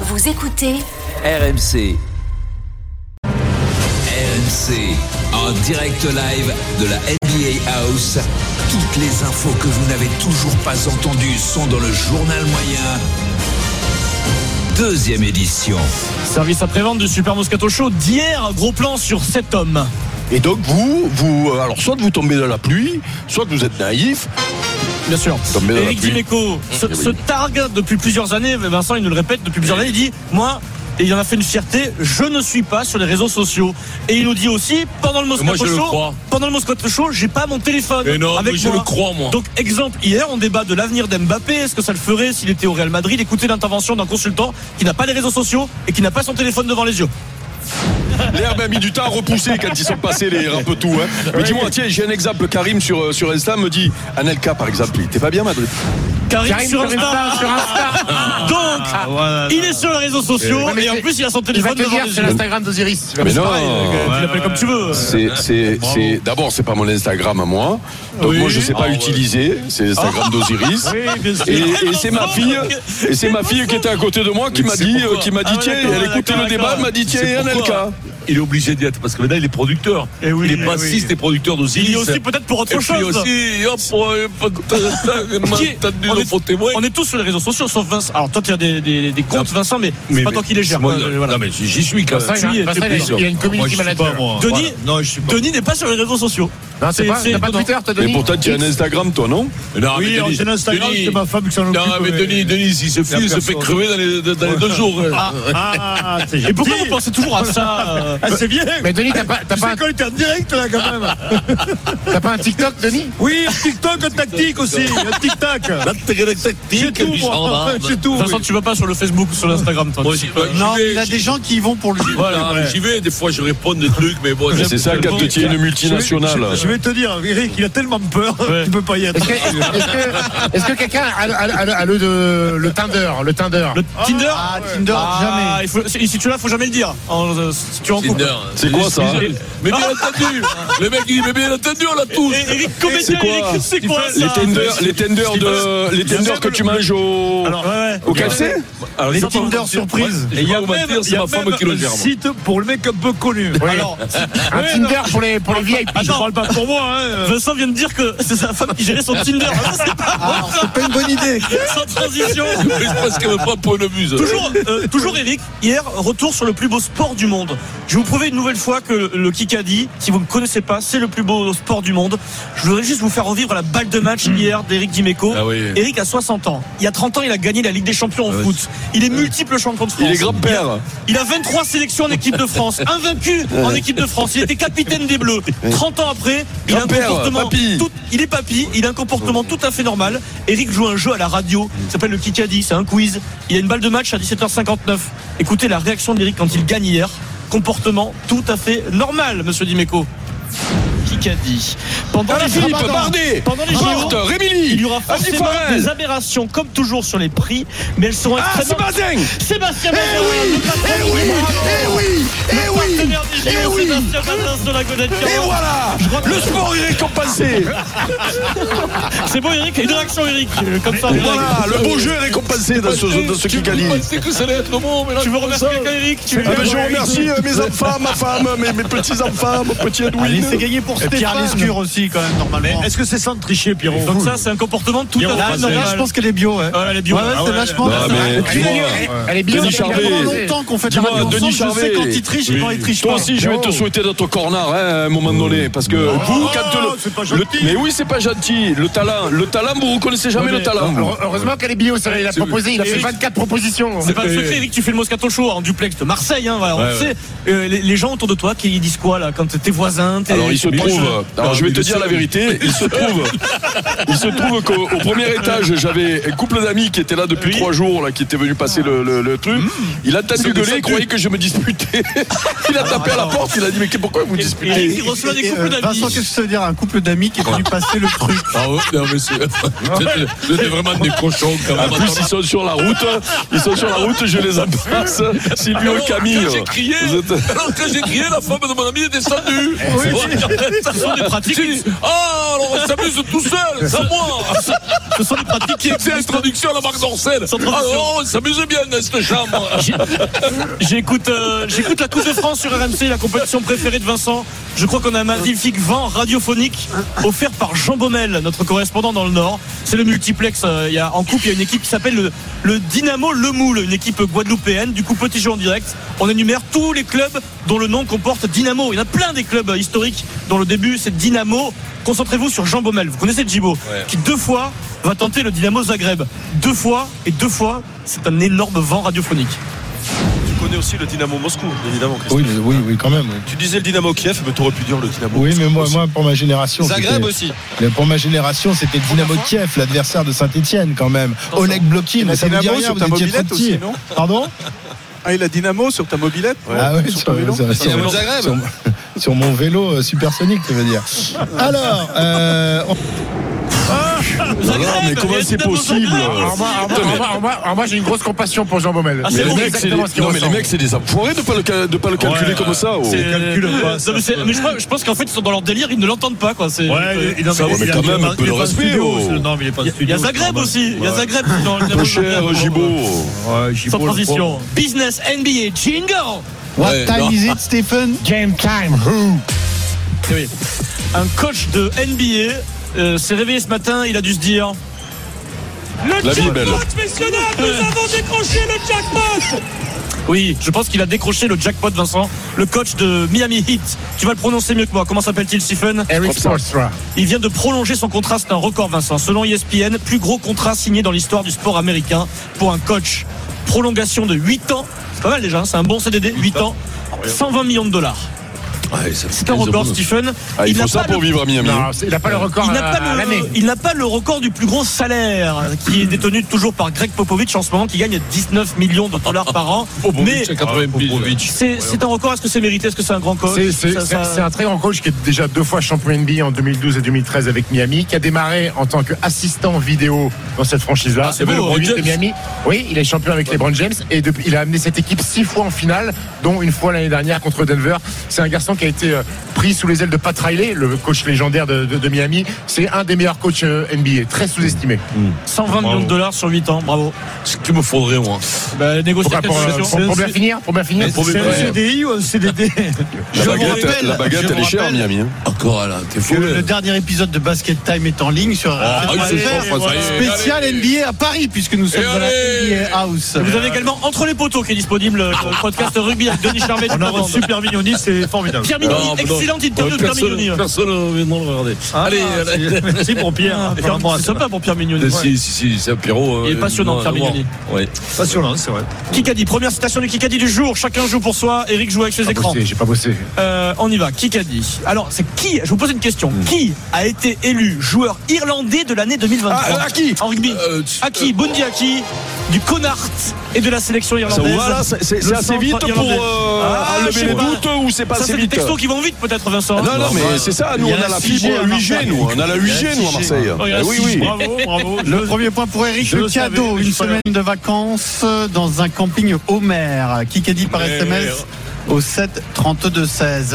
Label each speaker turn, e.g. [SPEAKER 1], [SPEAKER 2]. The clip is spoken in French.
[SPEAKER 1] Vous écoutez
[SPEAKER 2] RMC. RMC, en direct live de la NBA House. Toutes les infos que vous n'avez toujours pas entendues sont dans le journal moyen. Deuxième édition.
[SPEAKER 3] Service après-vente du Super Moscato Show d'hier, gros plan sur cet homme.
[SPEAKER 4] Et donc vous, vous, euh, alors soit vous tombez dans la pluie, soit vous êtes naïf.
[SPEAKER 3] Bien sûr.
[SPEAKER 4] Tombé dans la
[SPEAKER 3] Eric
[SPEAKER 4] pluie.
[SPEAKER 5] Mmh,
[SPEAKER 3] Dimeco se,
[SPEAKER 4] Eh oui.
[SPEAKER 3] se targue depuis plusieurs années, mais Vincent il nous le répète depuis plusieurs années, il dit moi, et il en a fait une fierté, je ne suis pas sur les réseaux sociaux. Et il nous dit aussi, pendant le
[SPEAKER 5] Moi,
[SPEAKER 3] Moscato
[SPEAKER 5] je le
[SPEAKER 3] Show,
[SPEAKER 5] crois.
[SPEAKER 3] pendant le Moscato Show, j'ai pas mon téléphone
[SPEAKER 5] Mais non,
[SPEAKER 3] avec
[SPEAKER 5] mais je
[SPEAKER 3] moi.
[SPEAKER 5] le crois, moi.
[SPEAKER 3] Donc exemple, hier on débat de l'avenir d'Mbappé, est-ce que ça le ferait s'il était au Real Madrid Écoutez l'intervention d'un consultant qui n'a pas les réseaux sociaux et qui n'a pas son téléphone devant les yeux.
[SPEAKER 4] L'herbe a mis du temps à repousser quand ils sont passés les un peu tout. hein. Mais dis-moi, tiens, j'ai un exemple. Karim sur, euh, sur Insta me dit, Anelka par exemple, il était pas bien Madrid.
[SPEAKER 3] Karim,
[SPEAKER 6] Karim
[SPEAKER 3] sur Insta.
[SPEAKER 6] sur Insta.
[SPEAKER 3] Donc, il est sur les réseaux sociaux
[SPEAKER 6] Ouais, mais
[SPEAKER 3] et en
[SPEAKER 6] c'est-
[SPEAKER 3] plus il a son
[SPEAKER 6] Il va
[SPEAKER 3] téléphone
[SPEAKER 6] te
[SPEAKER 3] devant
[SPEAKER 6] dire,
[SPEAKER 3] les
[SPEAKER 6] c'est
[SPEAKER 3] yeux.
[SPEAKER 6] l'Instagram d'Osiris.
[SPEAKER 4] Mais non.
[SPEAKER 3] Pareil, donc, euh, tu l'appelles comme tu veux.
[SPEAKER 4] C'est, c'est, c'est, d'abord, c'est pas mon Instagram à moi. Donc
[SPEAKER 3] Oui. Ah.
[SPEAKER 4] moi, je sais pas
[SPEAKER 5] Ah, ouais.
[SPEAKER 4] utiliser. C'est l'Instagram d'Osiris. Et, et c'est ma fille, et c'est ma fille qui était à côté de moi qui
[SPEAKER 5] Mais
[SPEAKER 4] m'a
[SPEAKER 5] c'est
[SPEAKER 4] dit,
[SPEAKER 5] pourquoi
[SPEAKER 4] euh, qui m'a dit,
[SPEAKER 3] Ah ouais,
[SPEAKER 4] tiens,
[SPEAKER 3] d'accord,
[SPEAKER 4] elle écoutait
[SPEAKER 3] d'accord,
[SPEAKER 4] le débat, elle m'a dit, tiens,
[SPEAKER 5] C'est pourquoi
[SPEAKER 4] Anelka.
[SPEAKER 5] Il est obligé d'y être parce que maintenant il est producteur.
[SPEAKER 3] Eh oui,
[SPEAKER 5] il
[SPEAKER 3] eh
[SPEAKER 5] est bassiste
[SPEAKER 3] oui.
[SPEAKER 5] et producteur d'Osiris.
[SPEAKER 3] Il est aussi peut-être pour
[SPEAKER 5] Et
[SPEAKER 3] autre
[SPEAKER 5] puis
[SPEAKER 3] chose.
[SPEAKER 5] aussi, hop, euh,
[SPEAKER 3] Qui-
[SPEAKER 5] t'as tenu
[SPEAKER 3] on,
[SPEAKER 5] nos
[SPEAKER 3] est,
[SPEAKER 5] faux témoins.
[SPEAKER 3] on est tous sur les réseaux sociaux sauf Vincent. Alors toi tu as des, des- des comptes Vincent mais c'est pas toi qui les gères.
[SPEAKER 5] Moi,
[SPEAKER 3] Euh, voilà.
[SPEAKER 5] Non, mais j'y suis quand
[SPEAKER 3] Ça,
[SPEAKER 5] même.
[SPEAKER 3] il a-
[SPEAKER 5] Tu y es,
[SPEAKER 3] ça,
[SPEAKER 5] t'es
[SPEAKER 3] il a-
[SPEAKER 5] plus sûr.
[SPEAKER 6] il a une community manager.
[SPEAKER 3] Denis, Denis n'est pas sur les réseaux sociaux.
[SPEAKER 6] Non, c'est
[SPEAKER 3] C'est-
[SPEAKER 6] pas,
[SPEAKER 3] c'est-
[SPEAKER 6] t'as pas
[SPEAKER 3] non, non.
[SPEAKER 6] Twitter, t'as
[SPEAKER 4] Mais
[SPEAKER 6] Denis.
[SPEAKER 4] pourtant, tu as un Instagram, toi, non?
[SPEAKER 5] Non, mais Denis- Denis-
[SPEAKER 3] femme qui s'en
[SPEAKER 5] Non, mais Denis, Denis, s'il se fuit, il se fait crever dans les dans les deux jours.
[SPEAKER 7] Ah,
[SPEAKER 3] Et pourquoi vous pensez toujours à ça euh,
[SPEAKER 7] C'est bien
[SPEAKER 6] Mais Denis, t'as pas, t'as pas, un-
[SPEAKER 7] il était en direct là quand même
[SPEAKER 6] t'as pas un TikTok, Denis
[SPEAKER 7] Oui, TikTok tactique aussi Un tic-tac
[SPEAKER 5] C'est tout, moi.
[SPEAKER 7] C'est tout
[SPEAKER 3] Vincent, tu vas pas sur le Facebook ou sur l'Instagram toi
[SPEAKER 5] hein. Moi, j'y- Non, il y a des gens qui y vont pour lui. Voilà, j'y vais, des fois je réponds des trucs, mais bon,
[SPEAKER 4] Mais c'est ça, quand tu es une multinationale.
[SPEAKER 7] Je vais te dire, Eric, il a tellement peur, tu peux pas y être.
[SPEAKER 6] Est-ce que, est-ce que, est-ce que quelqu'un a, a- a- a- a le, de- le Tinder, le Tinder
[SPEAKER 3] Le Tinder Ah, Tinder, jamais. Il faut, si si tu l'as, faut jamais le dire. En- euh, si tu es en couple.
[SPEAKER 5] Tinder.
[SPEAKER 4] C'est quoi, ça
[SPEAKER 5] Mais bien entendu Le mec il dit, mais bien entendu, on l'a tous
[SPEAKER 3] Et- Eric, comédien,
[SPEAKER 4] C'est quoi
[SPEAKER 3] Eric, c'est quoi
[SPEAKER 4] Les
[SPEAKER 3] ça
[SPEAKER 4] tenders, les tenders de, les tenders que tu manges au,
[SPEAKER 3] Alors, ouais, ouais.
[SPEAKER 4] au KFC?
[SPEAKER 5] Alors,
[SPEAKER 7] Les
[SPEAKER 5] ça, par
[SPEAKER 7] Tinder
[SPEAKER 5] contre,
[SPEAKER 7] surprises.
[SPEAKER 5] Et il y a
[SPEAKER 7] même-
[SPEAKER 5] mentir,
[SPEAKER 7] il
[SPEAKER 5] c'est
[SPEAKER 7] y a
[SPEAKER 5] ma femme
[SPEAKER 7] même
[SPEAKER 5] qui le
[SPEAKER 7] un
[SPEAKER 5] gère. moi.
[SPEAKER 7] site pour le mec un peu connu.
[SPEAKER 3] Alors,
[SPEAKER 6] Un Tinder pour les, pour les VIP.
[SPEAKER 7] Je parle pas pour moi. hein.
[SPEAKER 3] Vincent vient de dire que c'est sa femme qui gérait son Tinder. Alors, c'est pas moi, ça.
[SPEAKER 7] pas une bonne idée.
[SPEAKER 3] sans transition.
[SPEAKER 5] Mais c'est parce qu'elle veut pas pour une muse.
[SPEAKER 3] Toujours, euh, toujours Eric, hier, retour sur le plus beau sport du monde. Je vais vous prouver une nouvelle fois que le- le Kikadi, si vous ne connaissez pas, c'est le plus beau sport du monde. Je voudrais juste vous faire revivre la balle de match hier d'Eric Dimeco.
[SPEAKER 5] Ah oui.
[SPEAKER 3] Eric a 60 ans. Il y a 30 ans, il a gagné la Ligue des Champions en
[SPEAKER 5] ouais.
[SPEAKER 3] foot. Il est multiple champion de France.
[SPEAKER 4] Il est grand-père.
[SPEAKER 3] Il a 23 sélections en équipe de France, invaincu en équipe de France. Il était capitaine des Bleus. 30 ans après, il a un
[SPEAKER 4] Grand-père,
[SPEAKER 3] comportement.
[SPEAKER 4] papy.
[SPEAKER 3] tout- il est papy, il a un comportement tout à fait normal. Eric joue un jeu à la radio, ça s'appelle le Kikadi, c'est un quiz. Il a une balle de match à 17h59. Écoutez la réaction d'Eric quand il gagne hier. Comportement tout à fait normal, monsieur Dimeco. Kikadi. Pendant les
[SPEAKER 4] Ah, Philippe
[SPEAKER 3] Ramadan-
[SPEAKER 4] Bardet,
[SPEAKER 3] pendant
[SPEAKER 5] Ah,
[SPEAKER 3] les
[SPEAKER 4] Porte, Ah,
[SPEAKER 3] JO, il y
[SPEAKER 4] Rémili,
[SPEAKER 3] aura
[SPEAKER 4] Andy
[SPEAKER 3] forcément des
[SPEAKER 4] Farrell.
[SPEAKER 3] aberrations, comme toujours sur les prix, mais elles seront
[SPEAKER 4] Ah,
[SPEAKER 3] extrêmement
[SPEAKER 4] c'est pas dingue.
[SPEAKER 3] Sébastien
[SPEAKER 4] Eh
[SPEAKER 3] Bazin,
[SPEAKER 4] oui,
[SPEAKER 3] le patron
[SPEAKER 4] eh
[SPEAKER 3] du
[SPEAKER 4] oui,
[SPEAKER 3] Bravo,
[SPEAKER 4] eh oui, eh oui,
[SPEAKER 3] partenaire du JO,
[SPEAKER 4] eh oui.
[SPEAKER 3] Sébastien Bazin de la Godette
[SPEAKER 4] Et
[SPEAKER 3] Carole.
[SPEAKER 4] voilà,
[SPEAKER 3] crois que-
[SPEAKER 4] le sport est récompensé.
[SPEAKER 3] C'est bon, Eric, une réaction, Eric. Euh, Comme ça, Eric.
[SPEAKER 4] Ah, Voilà, le beau jeu est récompensé dans ce, dans ce
[SPEAKER 5] Tu
[SPEAKER 4] Kikali.
[SPEAKER 5] pensais que ça allait être bon, mais là,
[SPEAKER 3] Tu veux remercier quelqu'un, Eric Tu veux-
[SPEAKER 4] Ah ben, je remercie euh, mes enfants, ma femme, mes, mes petits-enfants, mon petit
[SPEAKER 7] Il s'est
[SPEAKER 4] Edwin.
[SPEAKER 7] gagné pour Stéphane.
[SPEAKER 6] aussi, quand même, normalement.
[SPEAKER 7] Est-ce que c'est sans tricher, Pierrot
[SPEAKER 3] Donc, ça, c'est un comportement tout
[SPEAKER 7] Pierrot,
[SPEAKER 3] à fait
[SPEAKER 7] là, je
[SPEAKER 3] normal.
[SPEAKER 7] pense qu'elle est bio. hein.
[SPEAKER 3] Voilà, les bio.
[SPEAKER 7] Ouais, ouais,
[SPEAKER 3] Ah
[SPEAKER 7] c'est
[SPEAKER 3] ouais.
[SPEAKER 7] vachement.
[SPEAKER 4] Non, mais
[SPEAKER 6] Elle est- Elle est bien.
[SPEAKER 4] Denis
[SPEAKER 6] elle est
[SPEAKER 4] Charvet.
[SPEAKER 6] bien.
[SPEAKER 7] longtemps qu'on fait de la
[SPEAKER 4] Dis-moi,
[SPEAKER 7] radio ensemble,
[SPEAKER 4] Denis
[SPEAKER 7] je sais
[SPEAKER 4] Charvet.
[SPEAKER 7] quand il triche et quand il triche
[SPEAKER 4] Toi
[SPEAKER 7] pas.
[SPEAKER 4] aussi, je vais te souhaiter d'être cornard hein, à un moment donné. Parce que vous, quand le-
[SPEAKER 7] c'est pas
[SPEAKER 4] le,
[SPEAKER 7] gentil.
[SPEAKER 4] Mais oui, c'est pas gentil. Le talent, le talent, vous reconnaissez jamais le talent. vous.
[SPEAKER 6] Heure- Heureusement qu'elle est bio, ça, il a proposé, il a fait
[SPEAKER 3] Eric-
[SPEAKER 6] 24 propositions.
[SPEAKER 3] C'est pas le secret, Eric, tu fais le Moscato Show en duplex de Marseille, hein, voilà, on
[SPEAKER 5] Ouais,
[SPEAKER 3] le sait. Euh, les, les gens autour de toi qui disent quoi, là, quand tes voisins, t'es.
[SPEAKER 4] Alors il se
[SPEAKER 3] Moi,
[SPEAKER 4] trouve,
[SPEAKER 3] je-
[SPEAKER 4] alors je vais
[SPEAKER 5] mais
[SPEAKER 4] te
[SPEAKER 5] le
[SPEAKER 4] dire
[SPEAKER 5] seul.
[SPEAKER 4] la vérité, il se trouve, il se trouve qu'au au premier étage j'avais un couple d'amis qui était là depuis trois jours, là, qui était venu passer le, le- le truc.
[SPEAKER 5] Mmh.
[SPEAKER 4] Il a entendu gueuler, il croyait que je me disputais. Il a tapé à la porte, il a dit mais que- pourquoi vous
[SPEAKER 3] Eric,
[SPEAKER 4] disputez
[SPEAKER 3] il reçoit des
[SPEAKER 7] Et, euh,
[SPEAKER 3] couples d'amis.
[SPEAKER 7] Vincent, qu'est-ce que ça veut dire un couple d'amis qui est venu passer le truc
[SPEAKER 5] Ah ouais, non, mais c'est. Vous êtes vraiment des cochons, quand
[SPEAKER 4] En
[SPEAKER 5] même.
[SPEAKER 4] plus ils sont sur la route, ils sont sur la route, je les embrasse. Sylvio
[SPEAKER 5] Ah, Alors,
[SPEAKER 4] Camille.
[SPEAKER 5] Quand j'ai crié,
[SPEAKER 4] Vous êtes-
[SPEAKER 5] alors, quand j'ai crié, la femme de mon ami est descendue. C'est vrai.
[SPEAKER 3] Ce sont des pratiques.
[SPEAKER 5] J'ai dit, Ah, alors on s'amuse tout seul, sans moi
[SPEAKER 3] Ce sont des pratiques qui
[SPEAKER 5] C'est
[SPEAKER 3] existent.
[SPEAKER 5] introduction à la marque d'Orsel
[SPEAKER 3] Sans traduction.
[SPEAKER 5] Alors on s'amuse bien dans cette chambre
[SPEAKER 3] J'écoute, euh, j'écoute la Coupe de France sur RMC, la compétition préférée de Vincent. Je crois qu'on a un magnifique vent radiophonique offert par Jean Baumel, notre correspondant dans le Nord. C'est le multiplex. euh, il y a, en coupe, il y a une équipe qui s'appelle le, le Dynamo Le Moule, une équipe guadeloupéenne. Du coup, petit jeu en direct. On énumère tous les clubs dont le nom comporte Dynamo. Il y en a plein des clubs euh, historiques dont le début c'est Dynamo. Concentrez-vous sur Jean Baumel. Vous connaissez Djibo, qui deux fois va tenter le Dynamo Zagreb. Deux fois et deux fois, c'est un énorme vent radiophonique.
[SPEAKER 1] Tu connais aussi le Dynamo Moscou, évidemment. Christophe.
[SPEAKER 6] Oui, mais- oui, oui, quand même. oui.
[SPEAKER 7] Oh,
[SPEAKER 1] Tu disais le Dynamo Kiev, mais t'aurais pu dire le Dynamo.
[SPEAKER 6] Oui,
[SPEAKER 1] Moscou
[SPEAKER 6] mais moi,
[SPEAKER 1] aussi.
[SPEAKER 6] moi, pour ma génération,
[SPEAKER 1] Zagreb
[SPEAKER 6] c'était-
[SPEAKER 1] aussi.
[SPEAKER 6] mais pour ma génération, c'était Dynamo Kiev, l'adversaire de Saint-Etienne, quand même. Oleg Blokin,
[SPEAKER 8] la
[SPEAKER 6] ça vous dit
[SPEAKER 8] Dynamo
[SPEAKER 6] rien,
[SPEAKER 8] sur
[SPEAKER 6] vous
[SPEAKER 8] ta
[SPEAKER 6] étiez trop
[SPEAKER 8] mobilette aussi,
[SPEAKER 6] petit.
[SPEAKER 8] non
[SPEAKER 6] Pardon
[SPEAKER 8] Ah, il a Dynamo sur ta mobilette
[SPEAKER 6] Ah ouais,
[SPEAKER 8] sur ton
[SPEAKER 6] sur,
[SPEAKER 8] vélo
[SPEAKER 6] sur- sur-
[SPEAKER 1] Dynamo Zagreb.
[SPEAKER 6] sur- sur mon vélo euh, supersonique, tu veux dire. Alors, euh, on-
[SPEAKER 4] Non, mais comment c'est possible
[SPEAKER 6] Alors moi, alors moi, alors moi, alors moi, alors moi, j'ai une grosse compassion pour Jean Baumel.
[SPEAKER 3] Ah,
[SPEAKER 4] mais les
[SPEAKER 3] bon,
[SPEAKER 4] mecs, c'est des,
[SPEAKER 6] exactement ce qu'il
[SPEAKER 4] non, mais les
[SPEAKER 6] ressent.
[SPEAKER 4] mecs, c'est des enfoirés de pas le, cal- de pas le calculer comme ça. oh.
[SPEAKER 3] C'est- euh, Non, mais, c'est- mais je, crois- je pense qu'en fait ils sont dans leur délire, ils ne l'entendent pas quoi. C'est- euh,
[SPEAKER 4] Ça, mais quand même, un peu de respect. oh.
[SPEAKER 7] Non, mais il est pas
[SPEAKER 3] Il y a- il y a Zagreb aussi, il y a Zagreb dans le
[SPEAKER 4] Peu cher, Gibo.
[SPEAKER 3] Sans transition. Business NBA Jingle
[SPEAKER 7] What
[SPEAKER 5] Ouais,
[SPEAKER 7] time
[SPEAKER 5] non.
[SPEAKER 7] is it, Stephen
[SPEAKER 6] Game time.
[SPEAKER 3] Eh Un coach de NBA euh, s'est réveillé ce matin, il a dû se dire.
[SPEAKER 4] La vie est belle.
[SPEAKER 3] Oui, je pense qu'il a décroché le jackpot Vincent, le coach de Miami Heat. Tu vas le prononcer mieux que moi. Comment s'appelle-t-il Stephen
[SPEAKER 6] Eric Spoelstra.
[SPEAKER 3] Il vient de prolonger son contrat, c'est un record Vincent. Selon E ESPN, plus gros contrat signé dans l'histoire du sport américain pour un coach. Prolongation de 8 ans, c'est pas mal déjà, hein, c'est un bon CDD, 8 ans, 120 millions de dollars. C'est un record Stephen.
[SPEAKER 4] Ah, il
[SPEAKER 3] n'a
[SPEAKER 4] faut ça
[SPEAKER 3] pas le-
[SPEAKER 4] pour vivre euh, à Miami.
[SPEAKER 6] Non, c'est- il n'a pas le record
[SPEAKER 3] il n'a
[SPEAKER 6] à-
[SPEAKER 3] pas
[SPEAKER 6] à
[SPEAKER 3] le-
[SPEAKER 6] l'année.
[SPEAKER 3] il n'a pas le record du plus gros salaire qui est détenu toujours par Greg Popovich en ce moment qui gagne 19 millions de dollars par an. Mais c'est c'est un record, est-ce que c'est mérité Est-ce que c'est un grand coach
[SPEAKER 6] C'est- C'est
[SPEAKER 3] Ça-
[SPEAKER 6] c'est-
[SPEAKER 3] ça-
[SPEAKER 6] c'est un très grand coach qui est déjà deux fois champion NBA en 2012 et 2013 avec Miami, qui a démarré en tant qu'assistant vidéo dans cette franchise-là.
[SPEAKER 3] Ah, c'est
[SPEAKER 6] Et
[SPEAKER 3] beau,
[SPEAKER 6] le premier
[SPEAKER 3] James.
[SPEAKER 6] de Miami. Oui, il est champion avec LeBron James et depuis, il a amené cette équipe six fois en finale, dont une fois l'année dernière contre Denver. C'est un garçon qui a été euh, pris sous les ailes de Pat Riley, le coach légendaire de, de- de Miami. C'est un des meilleurs coachs euh, NBA, très sous-estimé.
[SPEAKER 3] 120 millions de dollars sur 8 ans, bravo.
[SPEAKER 5] Ce que me faudrait, moi.
[SPEAKER 3] Bah,
[SPEAKER 6] Pourquoi, Pour, euh, pour, pour bien finir, pour bien finir.
[SPEAKER 7] C'est un
[SPEAKER 4] Ouais.
[SPEAKER 7] CDI ou un CDD
[SPEAKER 4] La
[SPEAKER 7] Je vous
[SPEAKER 4] baguette,
[SPEAKER 7] rappelle-
[SPEAKER 4] la baguette
[SPEAKER 7] je
[SPEAKER 4] elle est
[SPEAKER 7] vous
[SPEAKER 4] chère à
[SPEAKER 7] rappelle
[SPEAKER 4] Miami. hein.
[SPEAKER 5] Encore là, t'es
[SPEAKER 7] que
[SPEAKER 5] fou.
[SPEAKER 7] Le dernier épisode de Basket Time est en ligne sur
[SPEAKER 5] Ah,
[SPEAKER 7] RMC
[SPEAKER 5] c'est
[SPEAKER 7] Affaires,
[SPEAKER 5] fort, François.
[SPEAKER 7] spécial
[SPEAKER 5] Allez,
[SPEAKER 7] NBA à Paris puisque nous sommes
[SPEAKER 5] Et
[SPEAKER 7] dans la
[SPEAKER 5] allez.
[SPEAKER 7] NBA House.
[SPEAKER 3] Vous avez également Entre les poteaux qui est disponible, le podcast rugby avec Denis Charvet. On a super Mignoni, c'est formidable. Pierre Mignoni,
[SPEAKER 5] Non, non. Euh,
[SPEAKER 3] excellente interview de Pierre Mignoni.
[SPEAKER 5] Personne, personne ne vient de le regarder.
[SPEAKER 7] Hein
[SPEAKER 5] Allez, allez.
[SPEAKER 3] C'est pour
[SPEAKER 7] Ah,
[SPEAKER 3] Pierre. C'est sympa pour Pierre Mignoni.
[SPEAKER 5] Si, si, si, c'est un Pierrot. euh,
[SPEAKER 3] Il est passionnant, Pierre Mignoni.
[SPEAKER 5] Ouais.
[SPEAKER 7] Passionnant, c'est vrai.
[SPEAKER 3] Kikadi, première citation du Kikadi du jour. Chacun joue pour soi. Eric joue avec ses
[SPEAKER 5] Ah,
[SPEAKER 6] J'ai pas
[SPEAKER 3] écrans.
[SPEAKER 6] bossé, j'ai pas bossé.
[SPEAKER 3] Euh, on y va. Kikadi. Alors, c'est qui Je vous pose une question. Qui a été élu joueur irlandais de l'année 2023
[SPEAKER 5] Hmm. Ah, à qui
[SPEAKER 3] En rugby.
[SPEAKER 5] Euh, tu-
[SPEAKER 3] Aki, Bundy Aki, du Connacht et de la sélection
[SPEAKER 4] Ça,
[SPEAKER 3] irlandaise.
[SPEAKER 4] voilà, c'est- c'est
[SPEAKER 3] Le
[SPEAKER 4] c'est assez
[SPEAKER 3] centre
[SPEAKER 4] vite pour
[SPEAKER 3] irlandais.
[SPEAKER 4] euh,
[SPEAKER 3] Ah, je
[SPEAKER 4] enlever
[SPEAKER 3] sais
[SPEAKER 4] les
[SPEAKER 3] pas.
[SPEAKER 4] doutes ou c'est pas
[SPEAKER 3] Ça,
[SPEAKER 4] assez
[SPEAKER 3] c'est des
[SPEAKER 4] vite
[SPEAKER 3] textos qui vont vite, peut-être, Vincent.
[SPEAKER 4] Non, non, mais c'est ça, nous on
[SPEAKER 7] Il y a
[SPEAKER 4] a
[SPEAKER 7] un
[SPEAKER 4] la
[SPEAKER 7] sujet
[SPEAKER 4] fibre
[SPEAKER 7] à
[SPEAKER 4] 8G,
[SPEAKER 7] Marseille.
[SPEAKER 4] nous, on a la 8G, nous, à Marseille.
[SPEAKER 3] Oh, il y a
[SPEAKER 4] Eh
[SPEAKER 3] un
[SPEAKER 4] Oui,
[SPEAKER 3] six.
[SPEAKER 4] oui.
[SPEAKER 3] Bravo, bravo.
[SPEAKER 7] Le premier point pour Eric,
[SPEAKER 3] Je
[SPEAKER 7] le
[SPEAKER 3] le savais,
[SPEAKER 7] cadeau,
[SPEAKER 3] je
[SPEAKER 7] une
[SPEAKER 3] le savais.
[SPEAKER 7] semaine de vacances euh, dans un camping Homer. Kikadi par
[SPEAKER 5] Mais-
[SPEAKER 7] SMS au 7 32 16.